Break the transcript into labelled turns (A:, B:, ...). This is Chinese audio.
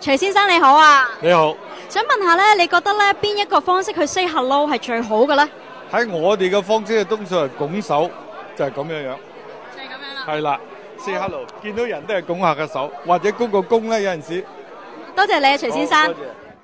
A: 徐先生你好啊，
B: 你好，
A: 想問下咧，你覺得咧邊一個方式去 say hello 係最好嘅咧？
B: 喺我哋嘅方式通常係拱手，就係咁樣樣，
A: 就係咁樣啦。
B: 係啦，say hello，見到人都係拱下個手，或者鞠個躬咧，有陣時。
A: 多謝你啊，徐先生
B: 好。多謝